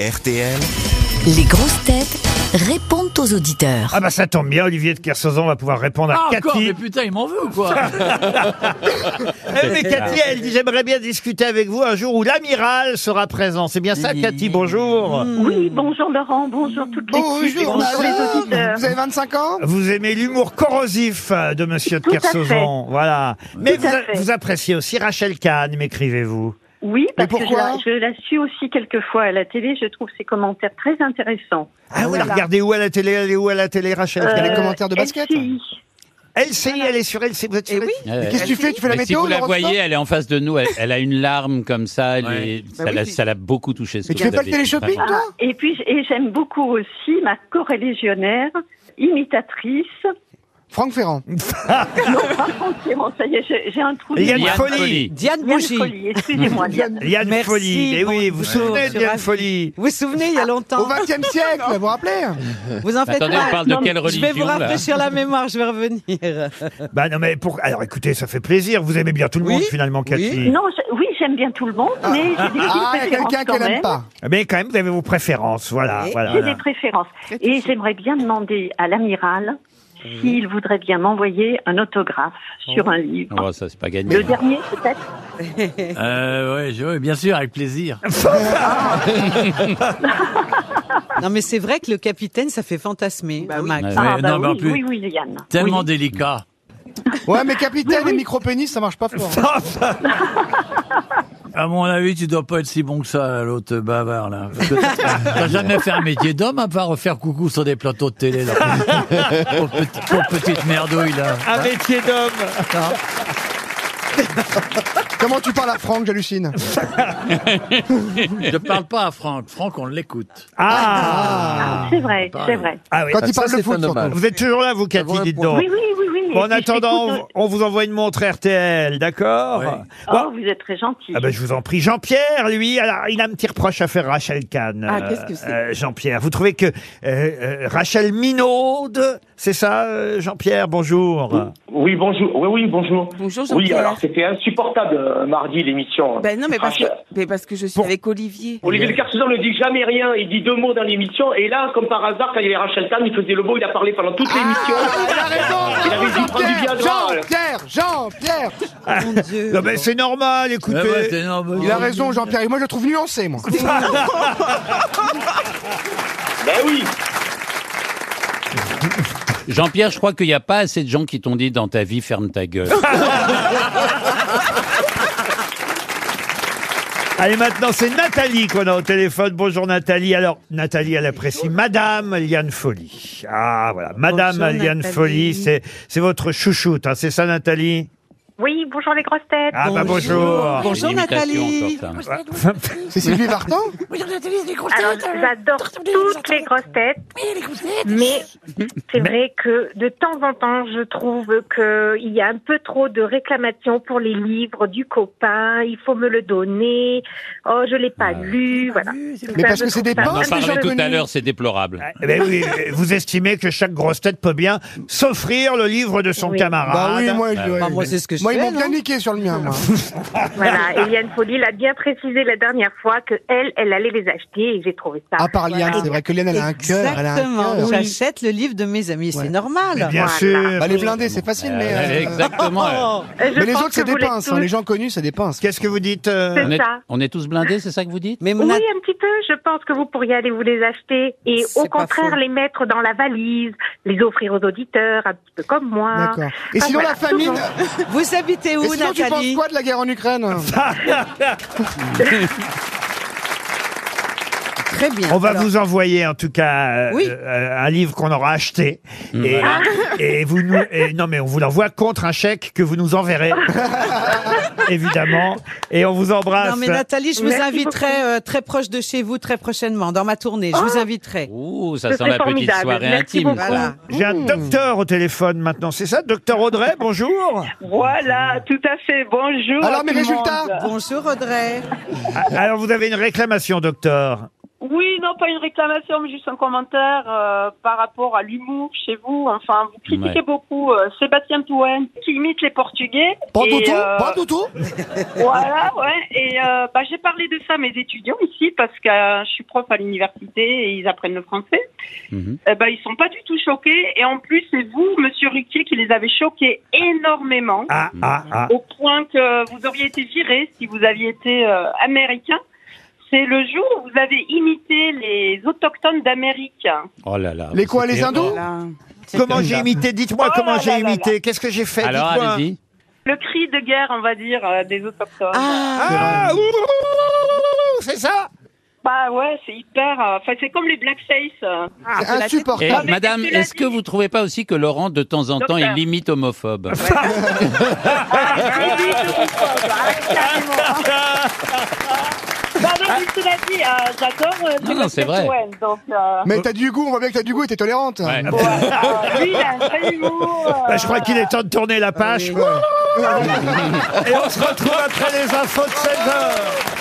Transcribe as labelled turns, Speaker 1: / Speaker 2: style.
Speaker 1: RTL.
Speaker 2: Les grosses têtes répondent aux auditeurs.
Speaker 3: Ah bah ça tombe bien, Olivier de Kersauzon va pouvoir répondre à
Speaker 4: Ah, encore,
Speaker 3: Cathy.
Speaker 4: mais putain, il m'en veut ou quoi
Speaker 3: Eh, Mais Cathy, elle dit j'aimerais bien discuter avec vous un jour où l'amiral sera présent. C'est bien ça, Cathy, bonjour.
Speaker 5: Oui, bonjour Laurent, bonjour toute l'équipe, et
Speaker 6: Hmm. Bonjour,
Speaker 5: bonjour
Speaker 6: madame.
Speaker 5: les euh. auditeurs.
Speaker 6: Vous avez 25 ans
Speaker 3: Vous aimez l'humour corrosif euh, de Monsieur de
Speaker 5: Tout à
Speaker 3: Kersauzon, voilà. Mais vous,
Speaker 5: à
Speaker 3: a-
Speaker 5: fait.
Speaker 3: vous appréciez aussi Rachel Kahn, m'écrivez-vous.
Speaker 5: Oui, parce que je
Speaker 6: pourquoi
Speaker 5: la, je la suis aussi quelquefois à la télé, je trouve ses commentaires très intéressants.
Speaker 3: Ah, vous la regardez où à la télé Elle est où à la télé, Rachel
Speaker 6: y a
Speaker 3: Kahn
Speaker 6: les
Speaker 5: Euh,
Speaker 6: commentaires de basket
Speaker 5: LCI.
Speaker 3: LCI, elle est sur LCI, vous êtes sur LCI.
Speaker 4: Ouais, ouais.
Speaker 6: Qu'est-ce que tu fais Tu fais la
Speaker 7: Mais Eh, si
Speaker 6: météo
Speaker 7: vous la
Speaker 6: l'horoscope
Speaker 7: voyez, elle est en face de nous, elle, elle a une larme comme ça, elle est- ça
Speaker 6: Bah oui,
Speaker 7: l'a-
Speaker 6: tu-
Speaker 7: ça l'a beaucoup touché. ce
Speaker 6: Mais
Speaker 7: que
Speaker 6: tu fais
Speaker 7: vous
Speaker 6: pas le
Speaker 7: avez dit,
Speaker 6: télé-shopping,
Speaker 7: vraiment.
Speaker 6: toi
Speaker 5: Ah, Et puis, et j'aime beaucoup aussi ma corrélégionnaire, imitatrice.
Speaker 6: Franck Ferrand.
Speaker 5: C'est bon, ça y est, j'ai- j'ai un trou.
Speaker 3: Il y a une
Speaker 7: Yann
Speaker 3: folie.
Speaker 7: Folie.
Speaker 8: Diane
Speaker 5: Yann
Speaker 8: Bougie.
Speaker 5: Folie, excusez-moi, Yann.
Speaker 3: Il y a une
Speaker 8: Merci,
Speaker 3: folie, mais oui, vous vous
Speaker 8: bonjour,
Speaker 3: souvenez de
Speaker 8: je suis
Speaker 3: Yann
Speaker 8: ravie.
Speaker 3: Folie
Speaker 8: Vous vous souvenez, il y a
Speaker 6: Au
Speaker 8: longtemps.
Speaker 6: 20 e siècle, vous vous rappelez Ah,
Speaker 8: Vous en faites
Speaker 7: Attendez, Ah, on
Speaker 8: pas.
Speaker 7: parle de
Speaker 5: Non,
Speaker 7: quelle
Speaker 8: Je vais vous
Speaker 7: religion là
Speaker 8: rafraîchir la mémoire, je vais revenir.
Speaker 3: Bah non, mais pour... Alors écoutez, ça fait plaisir, vous aimez bien tout le
Speaker 8: Oui,
Speaker 3: monde finalement,
Speaker 8: oui.
Speaker 3: Cathy.
Speaker 5: Non, je- oui, j'aime bien tout le monde, mais j'ai des petites
Speaker 6: Ah, il y a
Speaker 5: préférences
Speaker 6: quelqu'un
Speaker 5: quand
Speaker 6: qu'elle
Speaker 5: même.
Speaker 6: n'aime pas.
Speaker 3: Mais quand même, vous avez vos préférences, voilà.
Speaker 8: Oui.
Speaker 3: voilà,
Speaker 5: J'ai
Speaker 3: voilà.
Speaker 5: des préférences. Et j'aimerais bien demander à l'amiral s'il voudrait bien m'envoyer un autographe sur un livre.
Speaker 7: Oh, ça, c'est pas gagné.
Speaker 5: Le dernier, peut-être
Speaker 4: euh, ouais, je- ouais, bien sûr, avec plaisir.
Speaker 8: Non, mais c'est vrai que le capitaine, ça fait fantasmer, Max.
Speaker 7: Ouais.
Speaker 5: Ah,
Speaker 4: Ouais,
Speaker 5: bah
Speaker 4: non, mais en
Speaker 5: oui,
Speaker 4: plus-
Speaker 5: oui, oui, Yann.
Speaker 4: Tellement délicat.
Speaker 6: Ouais, mais capitaine et micro-pénis, ça marche pas fort.
Speaker 4: À mon avis, tu dois pas être si bon que ça, l'autre bavard, là. Parce que T'as jamais fait un métier d'homme à part faire coucou sur des plateaux de télé, là. Pour, petit- pour petite merdouille, là.
Speaker 3: Un métier d'homme
Speaker 6: Comment tu parles à Franck, j'hallucine
Speaker 4: Je parle pas à Franck. Franck, on l'écoute.
Speaker 3: Ah
Speaker 5: C'est vrai,
Speaker 4: pareil.
Speaker 5: c'est vrai.
Speaker 3: Ah oui.
Speaker 6: Quand il parle de foot, surtout.
Speaker 3: Vous êtes toujours là, vous, Cathy, dites donc.
Speaker 5: Oui, oui, oui, oui.
Speaker 3: Bon, en
Speaker 5: Et puis, je
Speaker 3: attendant,
Speaker 5: t'écoute-
Speaker 3: on on vous envoie une montre RTL, d'accord
Speaker 4: Oui.
Speaker 3: Bon,
Speaker 5: Oh, vous êtes très gentil.
Speaker 3: Ah ben, je vous en prie. Jean-Pierre, lui, alors, il a un petit reproche à faire Rachel Kahn.
Speaker 8: Ah, qu'est-ce que c'est
Speaker 3: euh, Jean-Pierre, vous trouvez que euh, euh, Rachel Minaude, c'est ça, euh, Jean-Pierre Bonjour.
Speaker 9: Oui, bonjour. Oui, oui, bonjour.
Speaker 10: Bonjour
Speaker 9: Oui,
Speaker 10: Jean-Pierre.
Speaker 9: alors c'était insupportable euh, mardi l'émission.
Speaker 10: Ben non, mais parce, que,
Speaker 9: Rachel-
Speaker 10: mais parce que je suis
Speaker 3: Pour-
Speaker 10: avec Olivier.
Speaker 9: Olivier Le Carcezon ne dit jamais rien, il dit deux mots dans l'émission, et là, comme par hasard, quand il y avait Rachel Kahn, il faisait le beau, il a parlé pendant toute l'émission.
Speaker 6: Ah, il a
Speaker 9: Il avait
Speaker 6: raison
Speaker 9: dit prends du
Speaker 6: Jean-Pierre
Speaker 9: Viagra.
Speaker 6: Jean-Pierre Jean-Pierre
Speaker 8: Mon Dieu.
Speaker 3: Non, mais c'est normal, écoutez.
Speaker 4: Ouais, ouais, t'es- non, bah,
Speaker 6: Il a raison, Jean-Pierre. Et moi, je le trouve nuancé, moi.
Speaker 9: Ben oui,
Speaker 7: Jean-Pierre, je crois qu'il n'y a pas assez Ah, de gens qui t'ont dit dans ta vie, ferme ta gueule.
Speaker 3: Allez, maintenant, c'est Nathalie qu'on a au téléphone. Bonjour, Nathalie. Alors, Nathalie, elle apprécie Madame Liane Folly. Ah, voilà. Madame
Speaker 8: Bonjour,
Speaker 3: Liane
Speaker 8: Nathalie.
Speaker 3: Folly, c'est, c'est votre chouchoute, hein. c'est ça, Nathalie?
Speaker 5: Oui, bonjour les grosses têtes.
Speaker 3: Ah, bah, bonjour.
Speaker 8: Bonjour,
Speaker 7: Une imitation
Speaker 8: Nathalie.
Speaker 7: encore, ça.
Speaker 6: C'est Sylvie Vartan
Speaker 5: Alors, j'adore toutes les grosses têtes, mais c'est vrai que de temps en temps, je trouve qu'il y a un peu trop de réclamations pour les livres du copain. Il faut me le donner. Oh, je l'ai pas lu. Voilà.
Speaker 6: Mais parce que c'est des
Speaker 7: On en
Speaker 6: pinces, les gens
Speaker 7: parlait tout à
Speaker 6: connus.
Speaker 7: l'heure, c'est déplorable.
Speaker 3: Eh ben oui, vous estimez que chaque grosse tête peut bien s'offrir le livre de son
Speaker 5: Oui.
Speaker 3: camarade.
Speaker 6: Bah oui, moi, je ouais,
Speaker 8: Bah,
Speaker 6: oui.
Speaker 8: moi, c'est ce que je
Speaker 6: Moi, ils
Speaker 8: fais,
Speaker 6: m'ont bien
Speaker 8: non
Speaker 6: niqué sur le mien, moi.
Speaker 5: Voilà. Et Liane Folie l'a bien précisé la dernière fois que elle, elle allait les acheter et j'ai trouvé ça.
Speaker 6: À part Liane, c'est vrai que Liane, elle a un cœur. Elle a un
Speaker 8: Exactement.
Speaker 6: cœur.
Speaker 8: J'achète le livre de mes amis,
Speaker 6: Ouais.
Speaker 8: c'est normal.
Speaker 3: Mais bien
Speaker 5: Voilà.
Speaker 3: sûr.
Speaker 6: Bah, les blindés, c'est facile, mais.
Speaker 7: Euh,
Speaker 6: euh,
Speaker 7: Exactement.
Speaker 8: Oh,
Speaker 5: Euh, je
Speaker 6: Mais les
Speaker 5: pense
Speaker 6: autres, c'est
Speaker 5: que
Speaker 6: des
Speaker 5: vous l'êtes
Speaker 6: pinces.
Speaker 5: tous.
Speaker 6: hein. Les gens connus, c'est des pinces.
Speaker 3: Qu'est-ce que vous dites euh,
Speaker 7: On est,
Speaker 5: ça.
Speaker 7: on est tous blindés, c'est ça que vous dites
Speaker 8: Mais mon
Speaker 5: Oui,
Speaker 8: Nat-
Speaker 5: un petit peu. Je pense que vous pourriez aller vous les acheter et au
Speaker 8: C'est pas
Speaker 5: contraire
Speaker 8: faux.
Speaker 5: les mettre dans la valise, les offrir aux auditeurs, un petit peu comme moi.
Speaker 6: D'accord. Et
Speaker 5: Ah,
Speaker 6: sinon,
Speaker 5: voilà,
Speaker 6: la famine.
Speaker 8: vous habitez
Speaker 6: Et
Speaker 8: où,
Speaker 6: sinon, tu penses
Speaker 8: Nathalie
Speaker 6: quoi de la guerre en Ukraine
Speaker 8: Très bien.
Speaker 3: On va
Speaker 8: Alors,
Speaker 3: vous envoyer en tout cas euh,
Speaker 8: Oui.
Speaker 3: euh, un livre qu'on aura acheté et, et vous nous et non mais on vous l'envoie contre un chèque que vous nous enverrez évidemment et on vous embrasse.
Speaker 8: Non, mais Nathalie, je vous
Speaker 5: Merci
Speaker 8: inviterai euh, très proche de chez vous, très prochainement, dans ma tournée. Je
Speaker 6: Ah.
Speaker 8: vous inviterai.
Speaker 7: Ouh, ça
Speaker 5: Ce
Speaker 7: sent la
Speaker 5: serait
Speaker 7: petite
Speaker 5: formidable.
Speaker 7: soirée
Speaker 5: Merci
Speaker 7: intime.
Speaker 5: beaucoup.
Speaker 7: Ça.
Speaker 8: Voilà.
Speaker 6: Oh.
Speaker 3: J'ai un docteur au téléphone maintenant, c'est ça, docteur Audrey, bonjour.
Speaker 11: Voilà, tout à fait. Bonjour.
Speaker 6: Alors,
Speaker 11: à
Speaker 6: mes
Speaker 11: tout le
Speaker 6: résultats
Speaker 11: monde.
Speaker 8: Bonjour, Audrey.
Speaker 3: Ah, Alors vous avez une réclamation, docteur.
Speaker 5: Oui, non, pas une réclamation, mais juste un commentaire euh, par rapport à l'humour chez vous. Enfin, vous critiquez
Speaker 4: Ouais.
Speaker 5: beaucoup euh, Sébastien Toen qui imite les Portugais.
Speaker 8: Pas
Speaker 5: Et,
Speaker 8: du tout,
Speaker 5: euh,
Speaker 8: pas du tout.
Speaker 5: Voilà, ouais. Et euh, bah, j'ai parlé de ça à mes étudiants ici parce que euh, je suis prof à l'université et ils apprennent le français.
Speaker 4: Mhm.
Speaker 5: Eh ben, ils sont pas du tout choqués. Et en plus, c'est vous, Monsieur Ruquier, qui les avez choqués énormément.
Speaker 3: Ah, ah, ah.
Speaker 5: au point que vous auriez été viré si vous aviez été euh, américain. C'est le jour où vous avez imité les autochtones d'Amérique.
Speaker 4: Oh là là.
Speaker 6: Les quoi, les hindous
Speaker 8: Comment j'ai imité Dites-moi
Speaker 5: Oh
Speaker 8: comment
Speaker 5: là
Speaker 8: j'ai
Speaker 5: là là
Speaker 8: imité. Qu'est-ce que j'ai fait
Speaker 4: Alors,
Speaker 8: Dites-moi.
Speaker 4: allez-y.
Speaker 5: Le cri de guerre, on va dire, euh, des autochtones.
Speaker 8: Ah, ouh, c'est ça
Speaker 5: Bah ouais, c'est hyper. euh, Enfin, c'est comme les blackface. euh. la
Speaker 6: C'est
Speaker 5: tête-
Speaker 4: Et,
Speaker 6: insupportable.
Speaker 5: mais
Speaker 4: Eh, madame,
Speaker 5: qu'est-ce que tu
Speaker 4: est-ce
Speaker 5: l'as
Speaker 4: que
Speaker 5: dit
Speaker 4: vous trouvez pas aussi que Laurent, de temps en temps,
Speaker 5: Docteur.
Speaker 4: il limite homophobe
Speaker 5: Ah, oui, je comprends, bah, carrément. Pardon, Bah, mais cela dit, euh, j'adore. euh,
Speaker 4: Non, non, c'est
Speaker 5: Sébastien
Speaker 4: vrai.
Speaker 5: Toen, donc, euh,
Speaker 6: Mais t'as du goût, on voit bien que t'as du goût et t'es tolérante.
Speaker 4: Ouais.
Speaker 5: ouais, euh, lui, il a un vrai humour. euh,
Speaker 3: Bah, je crois qu'il est temps de tourner la page.
Speaker 6: Ouais.
Speaker 3: Et on se retrouve après les infos de 16 heures.